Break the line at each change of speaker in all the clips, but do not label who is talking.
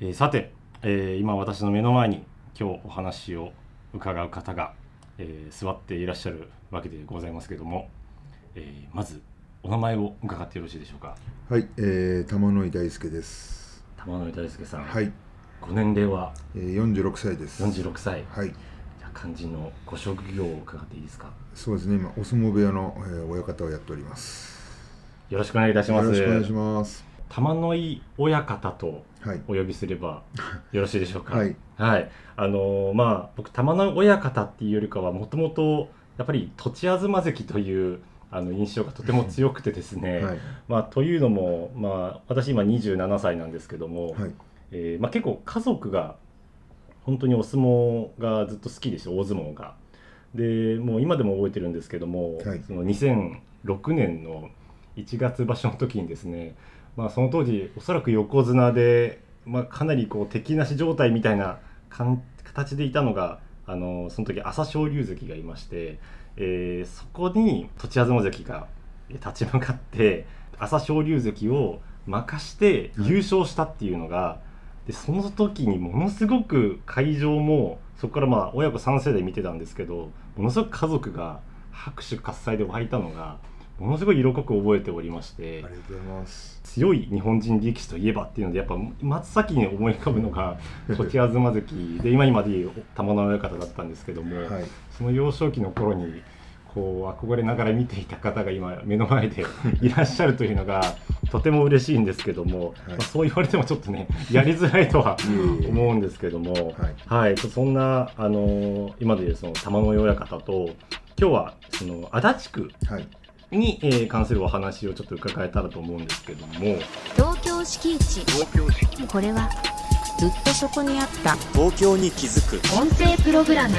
えーさて、えー今私の目の前に今日お話を伺う方が、えー座っていらっしゃるわけでございますけども、えーまずお名前を伺ってよろしいでしょうか
はい、えー、玉野井大輔です。
玉野井大輔さん、
はい、
ご年齢は
えー、46歳です。
46歳
はい、
じゃあ肝心のご職業を伺っていいですか
そうですね。今お相撲部屋の、えー、親方をやっております。
よろしくお願いいたし
よ
ます
ろしくお願いします。
玉野井親方と
はい、
お呼びすればよろしいでしょう か
はい、
はい、あのーまあ僕玉の親方っていうよりかはもともとやっぱり土地東関というあの印象がとても強くてですね、
はい、
まあ、というのも、まあ、私今27歳なんですけども、
はい、
えーまあ、結構家族が本当にお相撲がずっと好きでした大相撲が。でもう今でも覚えてるんですけども、
はい
その2006年の1月場所の時にですね、まあ、その当時おそらく横綱で、まあ、かなりこう敵なし状態みたいなかん形でいたのがあのその時朝青龍関がいまして、えーそこに栃東関が立ち向かって朝青龍関を任して優勝したっていうのが、でその時にものすごく会場もそこからまあ親子3世代見てたんですけどものすごく家族が拍手喝采で沸いたのがものすごい色濃く覚えておりまし
あり
て
がとうございます。
強い日本人力士といえばっていうのでやっぱ真っ先に思い浮かぶのが時東関で今今でいう玉の親方だったんですけども、
はい、
その幼少期の頃にこう憧れながら見ていた方が今目の前で いらっしゃるというのが とても嬉しいんですけども、
はい
まあそう言われてもちょっとねやりづらいとはい
えいえ
思うんですけども、
はい、
はい、そそんな、あのー今でいうその玉の親方と今日はその足立区
はい、
に、えー関するお話をちょっと伺えたらと思うんですけども
東京敷地これはずっとそこにあった
東京に気づく
音声プログラム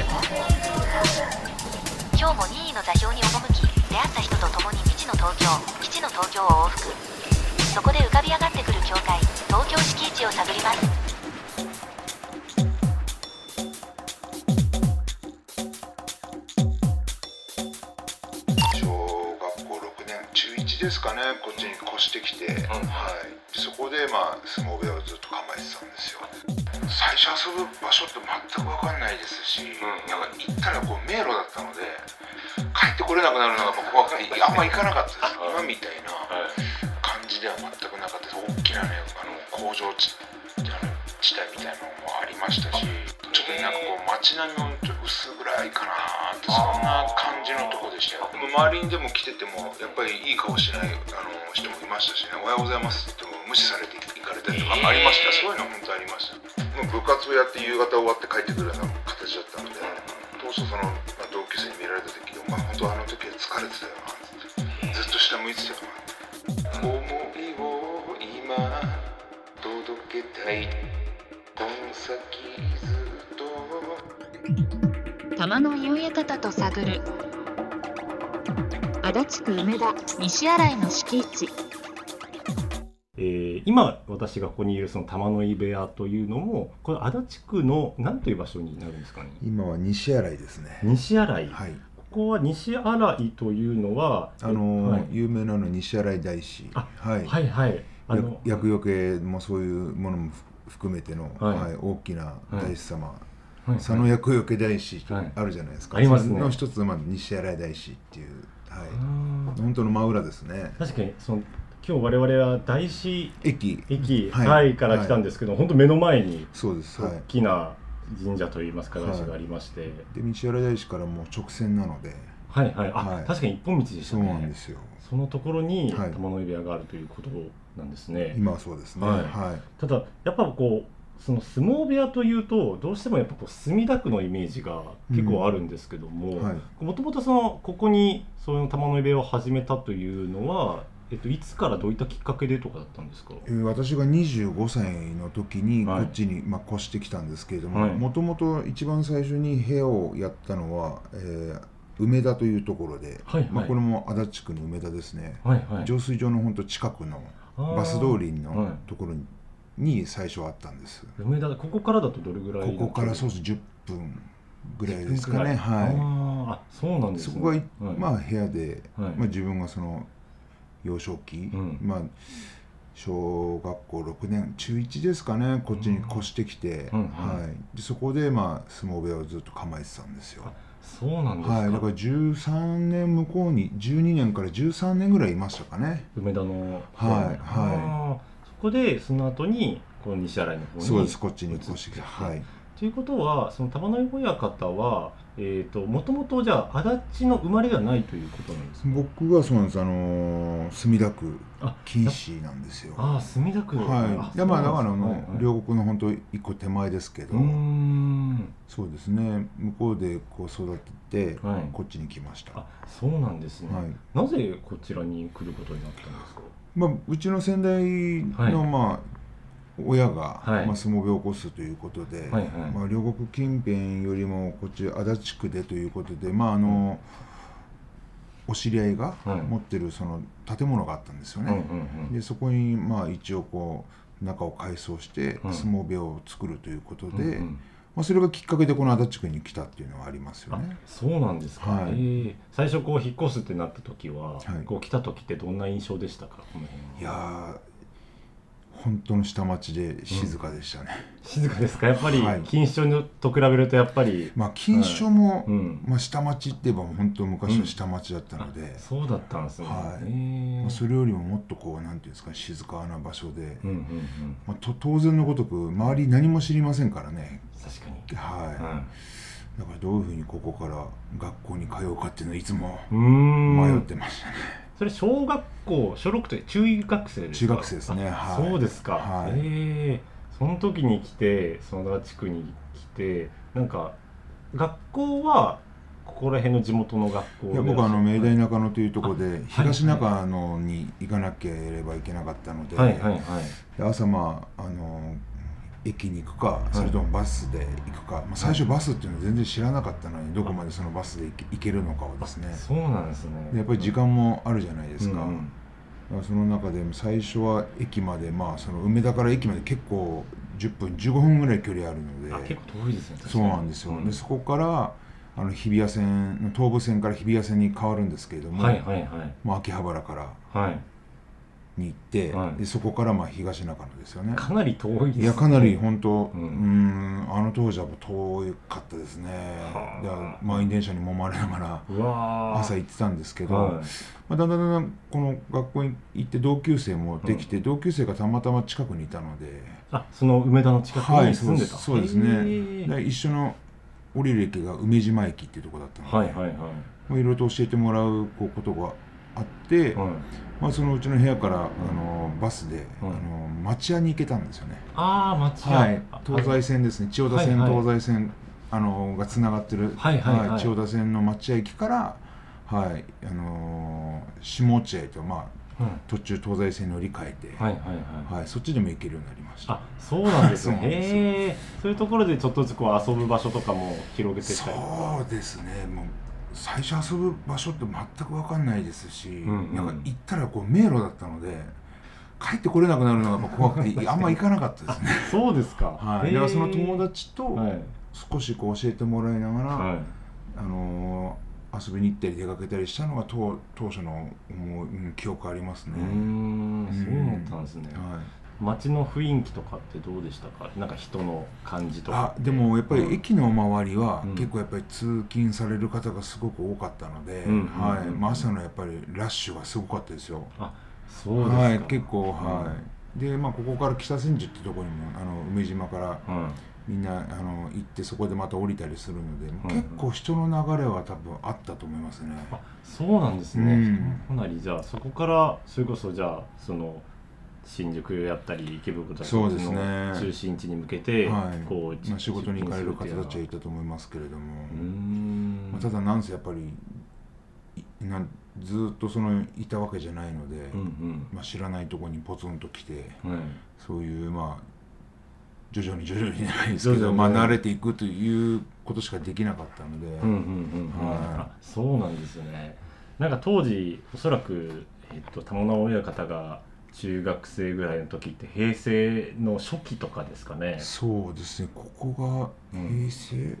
今日も任意の座標に赴き出会った人と共に未知の東京基地の東京を往復そこで浮かび上がってくる境界東京敷地を探ります
小学校6年中1ですかねこっちに越してきて、はい、そこでまあ相撲部屋をずっと構えてたんですよ最初遊ぶ場所って全く分かんないですし、なんか行ったらこう迷路だったので帰ってこれなくなるのが僕はあんま行かなかったです今みたいな感じでは全くなかったです大きなねあの工場地あの地帯みたいなのもありましたしちょっとなんかこう街並みもちょっと薄暗いかなってそんな感じのとこでしたよでも周りにでも来ててもやっぱりいい顔しないあの人もいましたしね「おはようございます」って言っても無視されていかれたりとかありましたそういうのは本当ありましたもう部活をやって夕方終わって帰ってくるような形だったので当初そのまあ同級生に見られた時に「お前本当あの時は疲れてたよな」ってずっと下向いてたよなって思いを今届けたいこの先ずっと
玉の湯親方と探る足立区梅田西新井の敷地
えー今私がここにいるその玉の井部屋というのもこれ足立区の何という場所になるんですかね
今は西新井ですね。
西新井、
はい、
ここは西新井というのは
あの
は
ー
い
有名なの西新井大師。
あ
はい、
はいはいあ
や
の
厄除けもそういうものもふ含めての、
は
はいい大きな大師様、
はい
佐野厄除け大師
はい
あるじゃないですか、
ありますね
その一つまあ西新井大師っていう、は
う
い
ーん
本当の真裏ですね
確かにその今日我々は大師
駅
駅
はい
タイから来たんですけど、本当目の前に
そうです、はい
大、きな神社といいますか
はい
大師がありまして、
で西新井大師からもう直線なので
はい、はいあ、
はい
確かに一本道でした
そう
ね
なんですよ
そのところに
はい
玉の指輪があるということなんですね、
今はそうですね
は
はいい、
ただやっぱこうその相撲部屋というとどうしてもやっぱこう墨田区のイメージが結構あるんですけど
は
も
い
もともとそのここにその玉の指輪を始めたというのは、えっと、いつからどういったきっかけでとかだったんですか
えー私が25歳の時にこ
はい
っちに、まあ、越してきたんですけれど
は
も
い
もともと一番最初に部屋をやったのは、えー梅田というところで、
はいはい
まあ、これも足立区の梅田ですね、
はいはい
浄水場のほんと近くの
あー
バス通り
は
のところに,、最初あったんです
梅田ここからだとどれぐらい
ここからそううです10分ぐらいですかね
あ
はい
ーあそうなんです
そ
ね
こがい、
はい
まあ部屋で、
はい
まあ、自分がその幼少期、
うん
まあ小学校6年中1ですかねこっちに越してきて、
うんうん
はい、でそこで、まあ、相撲部屋をずっと構えてたんですよ
あ。そうなんですか、
はい、だから13年向こうに12年から13年ぐらいいましたかね
梅田の
はい
あーそこでその後にこの西新井の方に
そうですこっちに越してき
移って
てはい
ということはその玉乃井親方はえっ、ともともとじゃあ足立の生まれではないということなんですか
僕はそうなんですあのー墨田区
あ
錦糸なんですよは
ああ墨田区
いでまあだからあの、
両
両国の本当一個手前ですけど
うーん
そうですね向こうでこう育てて、
はい
こっちに来ました
あ
は
そうなんです
い
ね、なぜこちらに来ることになったんですか
まあ、うちの先代の、
は
まあ親が、
はい
まあ、相撲病を起こすということで、
はいはい
まあ、両国近辺よりもこっち足立区でということで、まああのお知り合いが
はい
持ってるその建物があったんですよ
うんうん
ね、
うん
でそこにまあ一応こう中を改装して
うん
相撲部屋を作るということで、
うんうん
まあ、それがきっかけでこの足立区に来たっていうのはありますよ
あ
ね。
そうなんですか、
はい
えー最初こう引っ越すってなった時は、
はい
こう来た時ってどんな印象でしたかこの辺はい
やー本当の下町で静かでしたね、
静かですかやっぱり
はい
錦糸町と比べるとやっぱり、
まあ錦糸町も、
うん、
まあ、下町って言えば本当昔は下町だったので、
そうだったんですね、
は
え
い
ー
まあ、それよりももっとこうなんていうんですか静かな場所で、
うんうんうん
まあ、と当然のごとく周り何も知りませんからね
確かに
はい、
は
だからどういうふうにここから学校に通うかっていうのはいつも
い、うーん
迷ってましたね、
それ小学校小6と中学生ですか
中学生ですね
あ
はい
そうですか、
はい
ええその時に来てその地区に来てなんか学校はここら辺の地元の学校
いや僕はあの明
で
大中野というところで東中野に行かなければいけなかったので、
はいはいはい
で朝まああの駅に行くかそれともバスで行くか、まあ、最初バスっていうのは全然知らなかったのにどこまでそのバスで行け行けるのかをですね
そうなんですね
でやっぱり時間もあるじゃないですか、
うんうん
だからその中でも最初は駅までまあその梅田から駅まで結構10分15分ぐらい距離ある
あ
の
結
で
構遠いですね
そうなんですよ、
ね
でそこからあの日比谷線の東武線から日比谷線に変わるんですけれども、
はいはいはい
まあ、秋葉原から
はい
に行って、
はい
でそこからまあ東中野ですよね
かなり遠いです、ね、
いやかなり本当、
う
うんん、んあの当時は遠かったですね
はあ
だから満員電車に揉まれながら
うわー
朝行ってたんですけど、
はい
まあ、だんだんだんだんこの学校に行って同級生もできて、同級生がたまたま近くにいたので
あその梅田の近くに住んでた、
はいそうですそう
へ
ですね
ー
で一緒の降りる駅が梅島駅っていうとこだったので、
はいはい
ま
はいはい
あ、いろいろと教えてもらうこうことがあって、まあ、そのうちの部屋から、あのバスで、
うん
あの町屋に行けたんですよね、
ああ町屋、
はい
あ、
東西線ですね千代田線、
はいはい
東西線あのがつながってる、
はいはいはい
千代田線の町屋駅から、はいあのー下落合と、まあ、
うん
途中東西線乗り換えて、は
はいいはいはい
そっちでも行けるようになりました
あそうなんですね
そうなんですよ
へえそういうところでちょっとずつこう遊ぶ場所とかも広げてったりとか
そうですねもう最初遊ぶ場所って全く分かんないですし、
んうん
なんか行ったらこう迷路だったので帰ってこれなくなるのがやっぱ怖くてあんま行かなかった ですね、
そうですか
はい、
へー
だからその友達と
はい
少しこう教えてもらいながら、
は
あのー遊びに行ったり出かけたりしたのが当当初の思いうん記憶あります
い
ね
うー。ん
うん
そうだったんですね
はい、
街の雰囲気とかってどうでしたかなんか人の感じと
あ
か
でもやっぱ
うん
り駅の周りは
うん
結構やっぱり通勤される方がすごく多かったので、
うん
はい
うん
まあ、朝のやっぱりラッシュがすごかったですよ。
そうですか
はい、結構はい、でまあ、ここから北千住ってところにもあの梅島から
うん、
みんなあの行ってそこでまた降りたりするので、
うん
結構人の流れは多分あったと思いますね。
あそうなんですね、
うん
かなりじゃあそこからそれこそじゃあその新宿やったり池袋だったり
そうですね
の中心地に向けて、
はい
こう
まあ、仕事に行かれる方たちはいいたと思いますけれども。
うーん
まあ、ただなんせやっぱりいなんずーっとそのいたわけじゃないので、
うん
まあ、知らないところにポツンと来て
うんはい
そういうまあ徐々に徐々にじゃないですけ
徐
ど、
々
ま
にね
あ、慣れていくということしかできなかったので、
うんうんうんうん、
はい
あそうなんですねなんか当時おそらく、えっと、玉直親方が中学生ぐらいの時って平成の初期とかですかね
そうですねここが
うん
平成、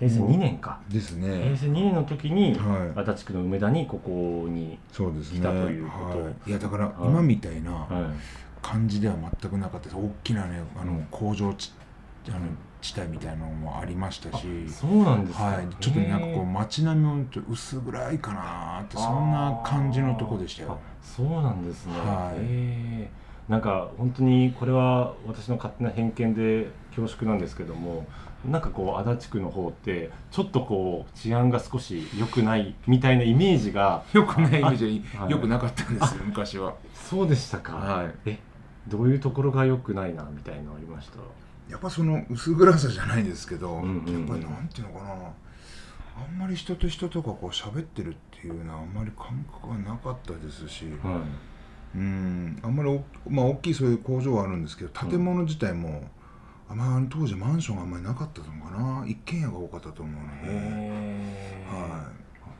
平成2年か、
です
平
ね。
成2年の時に、
はい。
足立区の梅田にここに、
そうですね。
来たということ
はい、いやだから
はい
今みたいな
は
感じでは全くなかったです。大きなねあ
う
の
ん
工場地あの地帯みたいなのもありましたし。
い、そうなんですか、
はい、ちょっとねなんかこう
へ
街並みもちょっと薄暗いかなーって
ー
そんな感じのとこでしたよ
あ。そうなんですね、
はい
へーなんか本当にこれは私の勝手な偏見で恐縮なんですけどもなんかこう足立区の方ってちょっとこう治安が少し良くないみたいなイメージが
よくない意味じゃ
はい
よくなかったんですよ昔は。
そうでしたか、
はい。
どういうところが良くないなみたいなのありました
やっぱその薄暗さじゃないですけど、
うんうんうん
やっぱりなんていうのかなあんまり人と人とかこう喋ってるっていうのはあんまり感覚はなかったですし、
はい
うんあんまりお、まあ、大きいそういう工場はあるんですけど建物自体も、あまああの当時マンションがあんまりなかったのかな一軒家が多かったと思うので、
へー
は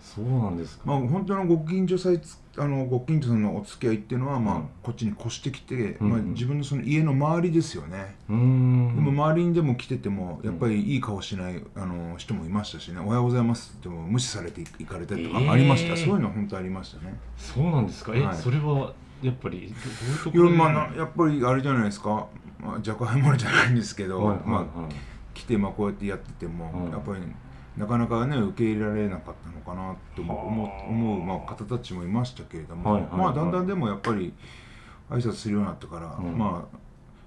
そうなんですか、
いまあ、本当のご近所さいつあのご近所さんのお付き合いっていうのは、まあ
うん
こっちに越してきて、
うんうん
まあ、自分のその家の周りですよね。
うーん
でも周りにでも来ててもやっぱりいい顔しない、あの人もいましたしね「おはようございます」って言っても無視されていかれたりと
えー
かありました、そういうのは本当ありましたね
そうなんですかえ、
はい
それはやっぱりど
い
どう
や,、
いうところ
まあな、やっぱりあれじゃないですか、まあ、若輩者じゃないんですけど、
はいはい
まあ、
はい
来てまあこうやってやってても、
うん
やっぱりなかなかね受け入れられなかったのかなって思
はあ
う思う、まあ、方たちもいましたけれども、
はいはいはい
まあだんだんでもやっぱり挨拶するようになってから、
うん
まあ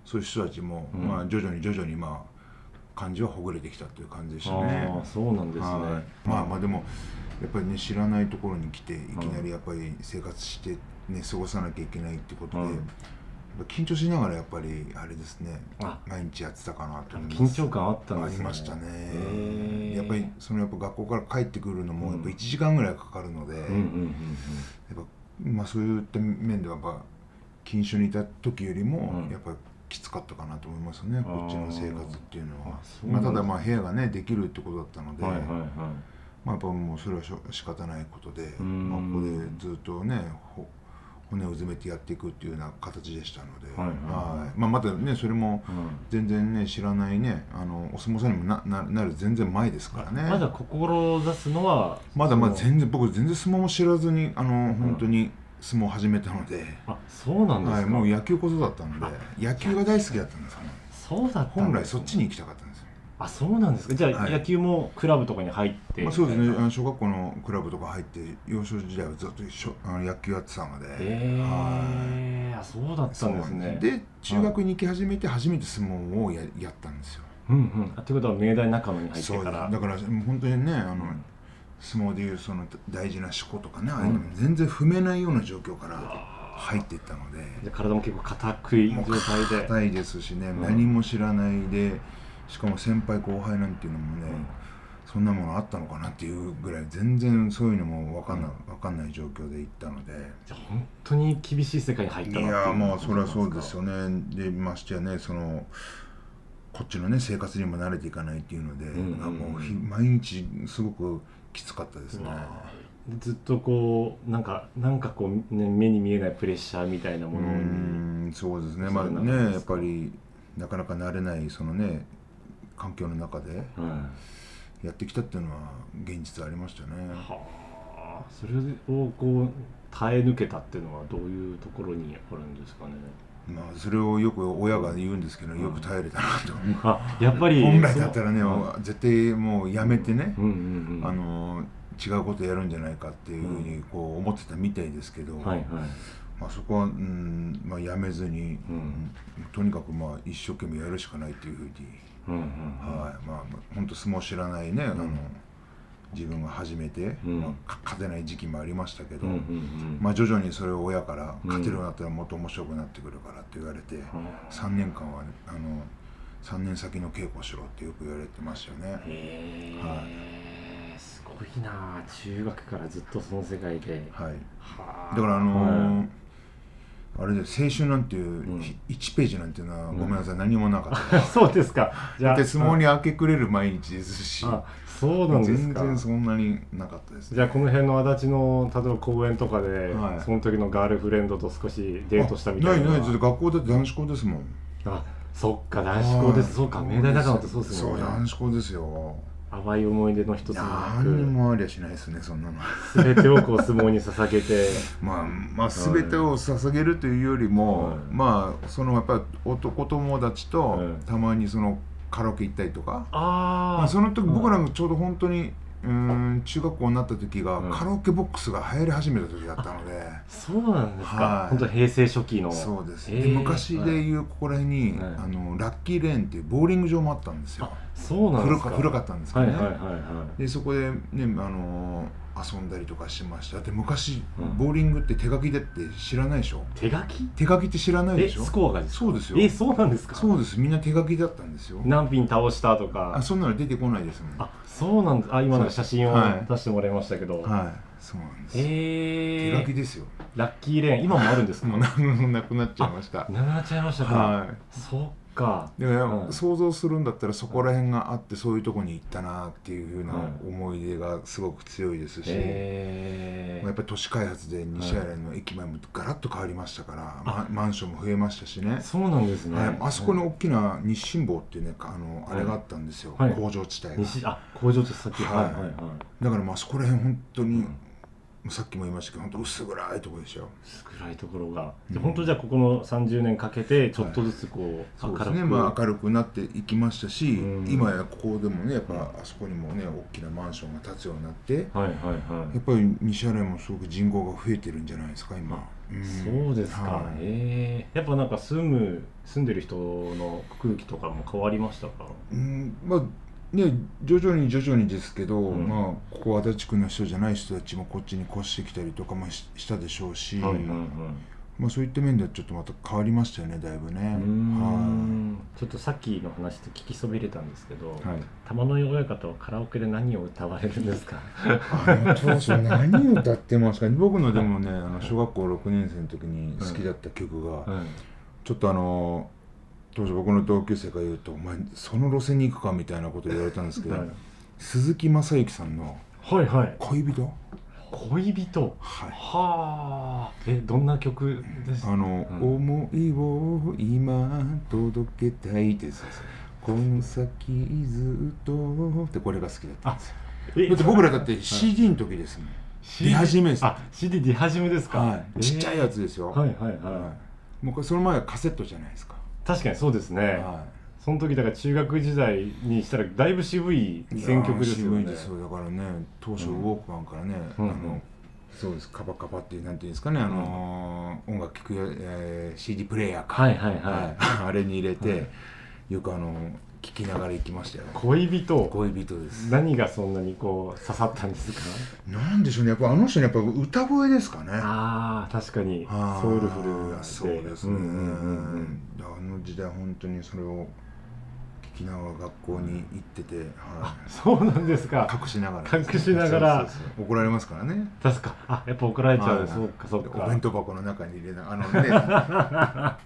そういう人たちも、
うん
まあ徐々に徐々にまあ感じはほぐれてきたという感じでしたね。
ああそうなんですね、
はい、まあまあでもやっぱりね知らないところに来ていきなりやっぱり生活してね過ごさなきゃいけないってことで、
うん
やっぱ緊張しながらやっぱりあれですね
あ
毎日やってたかなと思いま
緊
す
張感あったん
あ
です
り
ね
ましたね
へえ
やっぱりそのやっぱ学校から帰ってくるのもやっぱ1時間ぐらいかかるので、
うんうんうん
やっぱまあそういった面ではやっぱ禁酒にいた時よりも
うん
やっぱきつかったかなと思いますよね、
あー
こっちの生活っていうのは
あそうな
ま
ん
あ、
だ
ただまあ部屋がねできるってことだったの
う
で、
んはいはいはい
まあ、やっぱもうそれはしょ仕方ないことで、
ん
まあ、ここでずっとねほ骨を埋めてやっていくっていうような形でしたので、
はいはい
はいまあ、またねそれも
うん
全然ね知らないねあのお相撲さんにもなななる全然前ですからね
まだ志すのは
まだまだ
その
全然僕全然相撲も知らずにあの本当に相撲を始めたので、
あそうなんですか、
はい、もう野球こそだったので野球が大好きだったんですかね
そうだったん
本来
です
そ
ね
っちに行きたかったんですよ、
あそうなんですかじゃあ、
はい
野球もクラブとかに入って
まあ、そうですね
みたい
あ
な
の小学校のクラブとか入って幼少時代はずっと一緒あの野球やってたので、はい
へえあそうだった
そうん
で
な
す
んで
ね
すで中学に行き始めて初めて相撲をややったんですよ
うんうんあということは明大中野に入って
そう
か
だ
ら
だからもう本当にねあの、
うん
相撲でいうその大事な四股とかね、ああいうのも全然踏めないような状況から入っていったので
じゃあ体も結構硬くい
も
状
う
態で
硬いですしね、
ん
何も知らないでしかも先輩後輩なんていうのもね、
うん
そんなものあったのかなっていうぐらい全然そういうのも分かんない,、わかんない状況で行ったので
じゃあ本当に厳しい世界に入っ
い
たなってい
やーまあそれはそうです
よ
よねでましてやねそのこっちのね生活にも慣れていかないっていうので、
うんうんうん
あもうひ毎日すごくきつかったですね、
ずっとこうなんかなんかこう、ね、目に見えないプレッシャーみたいな
う
ものに
んそうですね
そ
まあ
うなんですか
ねやっぱりなかなか慣れないそのね環境の中で
うん
やってきたっていうのは現実ありましたね
はあそれをこう耐え抜けたっていうのはどういうところにあるんですかね
まあそれをよく親が言うんですけど
ん
よく耐えれたなと思う
あやっぱり
本来だったらね
そう
絶対もうやめてね
うんうんうん
あの違うことやるんじゃないかっていうふうにこう思ってたみたいですけど、
はいはい
まあ、そこは、うんまあ、やめずに、
うん
とにかくまあ一生懸命やるしかないっていうふうに、
うんうん
はいまあ、本当相撲知らないね、あの自分が初めて、
うん
まあか勝てない時期もありましたけど、
うんうんうん
まあ、徐々にそれを親から
うん
勝てるようになったらもっと面白くなってくるからって言われて、
うん
3年間は、ね、あの3年先の稽古をしろってよく言われてましたよね。
へえ、
は
すごいなあ中学からずっとその世界で
はい、
はあ
だからあのー
はい
あれで青春なんていう、
ん
1ページなんていうのはごめんなさい、何もなかったです
そうですかじ ゃあ
で相撲に明け暮れる毎日ですし
あそうなんです
全
か
然そんなになかったですね
じゃあこの辺の足立の例えば公園とかで、
はい
その時のガールフレンドと少しデートしたみたいな
あないないだって学校だって男子校ですもん
あそっか男子校ですそうか明大中野ってそうですもん
そう
ね
男子校ですよ
淡い思い出の一つもな
何に
く
もありゃしないですねそんなの
全てをこう相撲に捧げて
まあまあ全てを捧げるというよりも、
はい
まあそのやっぱり男友達と
はい
たまにそのカラオケ行ったりとか、ま
あ
あ、その時
うん
僕らがちょうど本当にうーん中学校になった時が、
うん
カラオケボックスが流行り始めた時だったので
そうなんです
は
か
い
本当平成初期の
そうです、
へ
ね
ー
昔でいうここら辺に、
はい
あのラッキーレーンっていうボーリング場もあったんですよ
そうなんで
古
す
か
か
古かったんですけ
は
ど
い
ね、
はいはいは
でそこでね、あのー遊んだりとかしましただって昔、
うん
ボーリングって手書きでって知らないでしょ
い手書き
手書きって知らない
え
でしょ
スコアがですか
そうですよ
えそうなんですか
そうですみんな手書きだったんですよ
何品倒したとか
あそんなの出てこないですもん
あそうなんだあ今の写真を
はい
出してもらいましたけど、
はいそうなんです、
へえ
手書きですよ
ラッキーレーン今もあるんですか
もう
な
何もなくなっちゃいました
くなっちゃいましたか、
はい
そっか
でもやっぱ
はい
想像するんだったらそこら辺があってそういうとこに行ったなっていうふうな思い出がすごく強いですし、
へ
まあやっ
え
ぱり都市開発で西原の駅前もガラッと変わりましたから、まマンションも増えましたしね、
そうなんですね、
はい、あそこに大きな日新坊っていうねあのあれがあったんですよ、
はい
工場地帯が
西あ工場地先は
はいい
はいはい
だからまあそこら辺本当
う
に、
ん
さっきも言いましたけど本当薄暗いところでしょ
暗いところが、
うん
本当じゃあここの30年かけてちょっとずつこう、
そう
明る
です
く
ね、まあ、明るくなっていきましたし、
うん
今やここでもねやっぱあそこにもね大きなマンションが建つようになって、
はいはいはい
やっぱり西原もすごく人口が増えてるんじゃないですか今、ん
そうですか、
は
へ
い
えやっぱなんか住む住んでる人の空気とかも変わりましたか
うんまあね徐々に徐々にですけど、
うん
まあここ足立区の人じゃない人たちもこっちに越してきたりとかもししたでしょうし、
はいはいはい
まあ、そういった面ではちょっとまた変わりましたよねだいぶね
うー
は
んちょっとさっきの話と聞きそびれたんですけど、
い、はい
玉の親方はカラオケで何を歌われるんですか
あの当初何を歌ってますかね僕のでもねあの小学校6年生の時に好きだった曲が、
はい
ちょっとあの当時僕の同級生が言うと「お前その路線に行くか」みたいなこと言われたんですけど、
はい
鈴木雅之さんの
はいはい
「恋人
恋人」
はい
はあえどんな曲です
あの、
うん
思いを今届けたい」ですこの先ずっと」ってこれが好きだったんですよ
え
だって僕らだって CD の時ですもん、
CD
出始めです
あ CD 出始めですか、
はい、ちっちゃい
や
やつですよ、
はいはいはい、
はい、もうこれその前はカセットじゃないですか、
確かにそうですね、
は
その時だから中学時代にしたらだいぶ渋い
い、
選曲ですよ
いやー渋い
ね
ですよだからね当初
う
ウ
ん
ォークマンからね、
うん
あのそうですカバカバっていうなんていうんですかね、あのー音楽聴くや、えー CD プレイヤーか、
はいはいはい、
はいあれに入れて、
はい
よくあの聴きながら行きましたよ
恋人
恋人です
何がそんなにこう刺さったんですか
なんでしょうねやっぱあの人ねやっぱ歌声ですかね
ああ確かに
あー
ソウルフルで
そうですね、
うんうんうん
あの時代本当にそれを聞きながら学校に行ってて、
う
は
んそうなんですか
い、隠しながらですね、
隠しながら
そうそうそう怒られますからね
確かあやっぱ怒られちゃう、
はい
そうかそうか
お弁当箱の中に入れなあの ね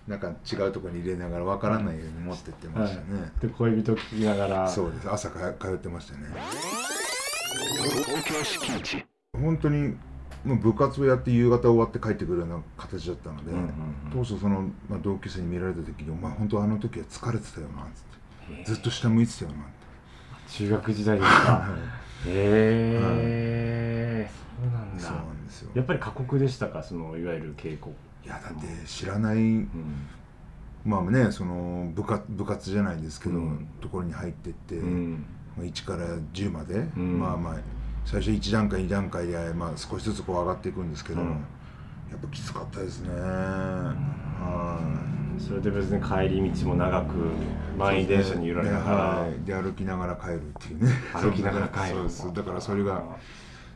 なんか違うところに入れながらわからないように持ってってましたね、
で恋人聞きながら
そうです朝か通ってましたね本当にもう部活をやって夕方終わって帰ってくるような形だったので、
うんうんう
当初その、まあ、同級生に見られた時に「お前本当あの時は疲れてたよな」っつ
へ
っ
え
て「ずっと下向いてたよな」って
中学時代ですかへえ、そうなん
そう
だ
なんですよ
やっぱり過酷でしたかそのいわゆる稽古、
いやだって知らない
うん
まあねその部活部活じゃないですけど、
うん
ところに入ってって、
うん
まあ、1から10まで、
ん
まあまあ最初1段階2段階で、まあ、少しずつこう上がっていくんですけど、
うん
やっぱきつかったですね、はい
それで別に帰り道も長く満員電車に揺られながら、
はいで歩きながら帰るっていうね
歩きながら帰
そう
る
ですだからそれが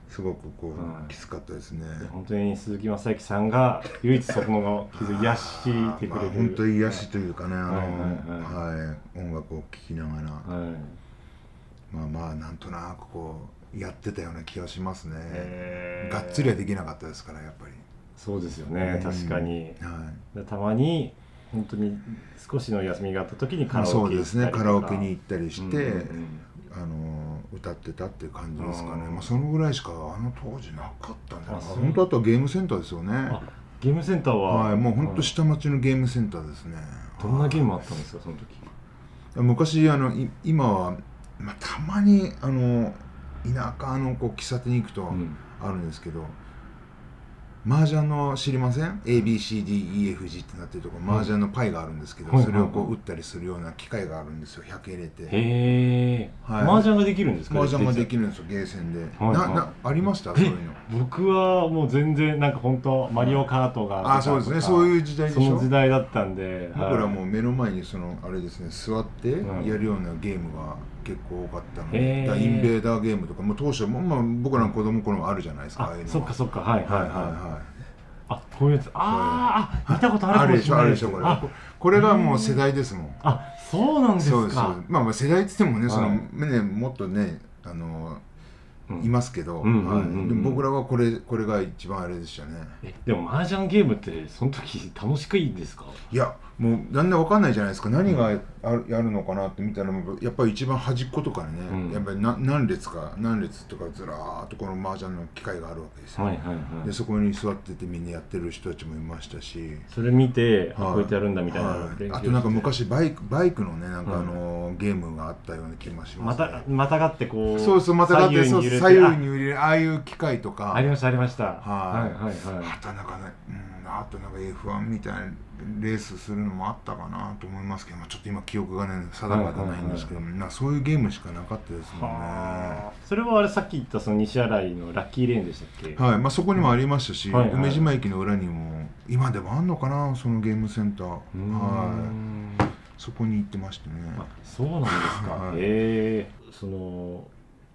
すごくこ
はいう
きつかったですね、
本当に鈴木雅之さんが唯一そこの傷を癒してく
まあ
れる、
本当に癒しというかね、あの、
は
はいい
は
音楽を聴きながら、
はい、
まあまあなんとなくこうやってたような気がしますね、
えー
がっつりはできなかったですからやっぱり、
そうですよね確かに、
うんはい
でたまに本当に少しの休みがあった時にカ
まあ
ラ
そ
オ
う
ケ行ったりとか
ですねカラオケに行ったりして、
うんうんうん
あの歌ってたっていう感じですかね
うん
まあ、そのぐらいしかあの当時なかったんじゃな
あ
いか
そう
本当あとはゲームセンターですよね
あゲームセンターは、
はいもう本当
はい
下町のゲームセンターですね
どんなゲームあったんですかその時
昔あのい今はまあ、たまにあの田舎のこう喫茶店に行くと
うん
あるんですけど、麻雀の知りません ?ABCDEFG ってなってるところ麻雀のパイがあるんですけど、
はい
それをこ
はいは
う打ったりするような機械があるんですよ100入れて
へえ、
はい
麻雀ができるんですか
麻雀ができ
る
るんですよゲーセンで、
はいはい
ななありましたそういうの
僕はもう全然なんか本当マリオカートが
ああそうですねそう
う
いう時代で
そ
しょ
の時代だったんで
僕らも
は
う目の前にそのあれですね座って
うん
やるようなゲームが結構多かったの
へー
で、だからインベーダーゲームとかもう当初も、まあ、僕らの子供の頃もあるじゃないですかああい
いう
のは
そっかそっかはいはい
は
はいい、
はいは
あこういうやつあーあ見たこと
い
あ
あ
るか
る
も
で
し
し
れ
ょ
ない
ある
で
ですしょこれ
あ
ここれがもう世代ですもん
あそうなんです
そ
か
うですそうですまあまあ世代っつっても
は
ね、
い
そのねもっとねあの
うん
いますけど、
うんうんうん
はい
うん
でも僕らはこれこれが一番あれでしたね
えでも麻雀ゲームってその時楽しくいいんですか
いやもうだんだんわかんないじゃないですか何があるやるのかなって見たらもうやっぱり一番端っことかにね、
うん
やっぱりな何列か何列とかずらーっとこの麻雀の機械があるわけですよ、
はいはいはい
でそこに座っててみんなやってる人たちもいましたし
それ見て、あ
はい
こうやってやるんだみたいなのを
は
勉
い
強
あとなんか
して
昔バイクバイクのねなんかあのーゲームがあったような気もしま、
ますたまたがってこう
そうそうまたがって
左右
そう
に揺れて
左右
あ
に揺れるああいう機械とか
ありましたありました
はい
はいはいはい
あとなんかね、うん、あとなんか F1 みたいなレースするのもあったかなと思いますけど、まあ、ちょっと今記憶がね定かじゃないんですけど、なそういうゲームしかなかったですもんね。
はあそれはあれさっき言ったその西新井のラッキーレーンでしたっけ、
はいまあ、そこにもありましたし、
はいはい
梅島駅の裏にも今でもあんのかなそのゲームセンター
うーん
はいそこに行ってましたね
あそうなんですか、
はい
ええその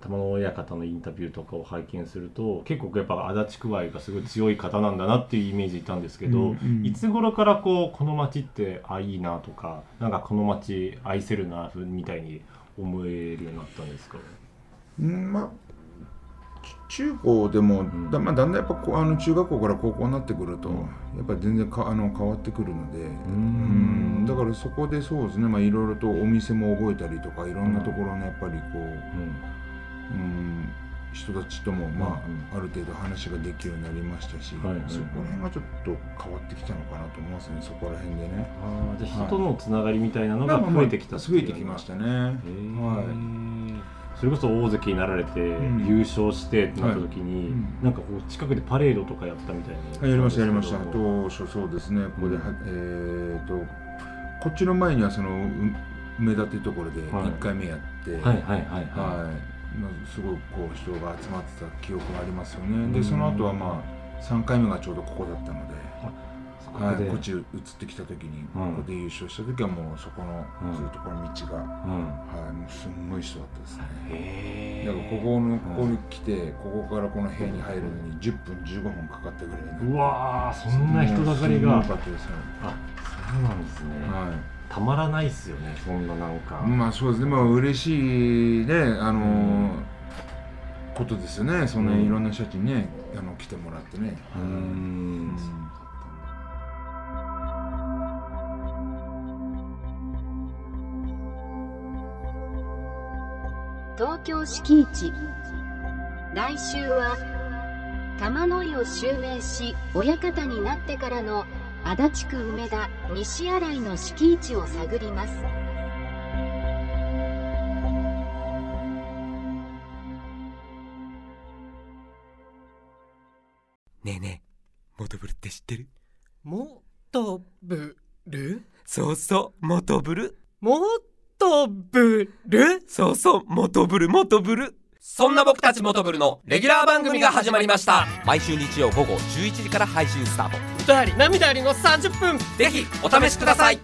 玉の親方のインタビューとかを拝見すると結構やっぱ足立区愛がすごい強い方なんだなっていうイメージいたんですけど、
うんうん
いつ頃からこうこの町ってあいいなとかなんかこの町愛せるなみたいに思えるようになったんですか
うんまあち中高でも、
ん
だまあ、だんだんやっぱこうあの中学校から高校になってくると、
うん
やっぱり全然かあの変わってくるので、
ん
うんだからそこでそうですねまあいろいろとお店も覚えたりとかいろんなところのやっぱりこう、
うん
うん、人たちともまあ、
うんうん
ある程度話ができるようになりましたし、
はいはいはい
そこら辺がちょっと変わってきたのかなと思いますねそこら辺でね。
あーじゃあ人とのつながりみたいなのが
なんか
増
まあ
えてきた
増えてきましたね。
へー
は
それこそ大関になられて
ん
優勝してってなった時に、
はいうん
なんかこう近くでパレードとかやったみたい
い、
な
やりましたやりました
なんですけど
当初そうですねここで、
うん
はえー、とこっちの前にはそのう梅田っていうところで
はい
1回目やって。
はいはいはいは
はい、まあ、すごくこう人が集まってた記憶がありますよね。
う
で
ん
その後はまあ3回目がちょうどここだったので、
いそこ
はい、
で、
こっち移ってきた時に、
うん
ここで優勝した時はもうそこの、
うん
ずっとこの道
う
が、
ん、
はい、もうすんごい人だったですね。
へ
だからここのここに来て、ここからこの部屋に入るのに10分15分かかったぐらいに
こうわーそんな人だかりが
すごかったですよ、
あそうなんですね、
はい
たまらないっすよねそんななんか、
まあそうですね、まあ嬉しいね、あのー
うん
ことですよね、そんな
うん
いろんな人たちにね、あの来てもらってね。
うーん
東京敷地来週は玉の井を襲名し親方になってからの足立区梅田西新井の敷地を探ります
ねえねえモトブルって知ってる
もっとぶる
そうそうモトブル
もっとぶる
そうそうモトブルモトブル
そんな僕たちモトブルのレギュラー番組が始まりました
毎週日曜午後11時から配信スタート
歌あり涙ありの30分
ぜひお試しください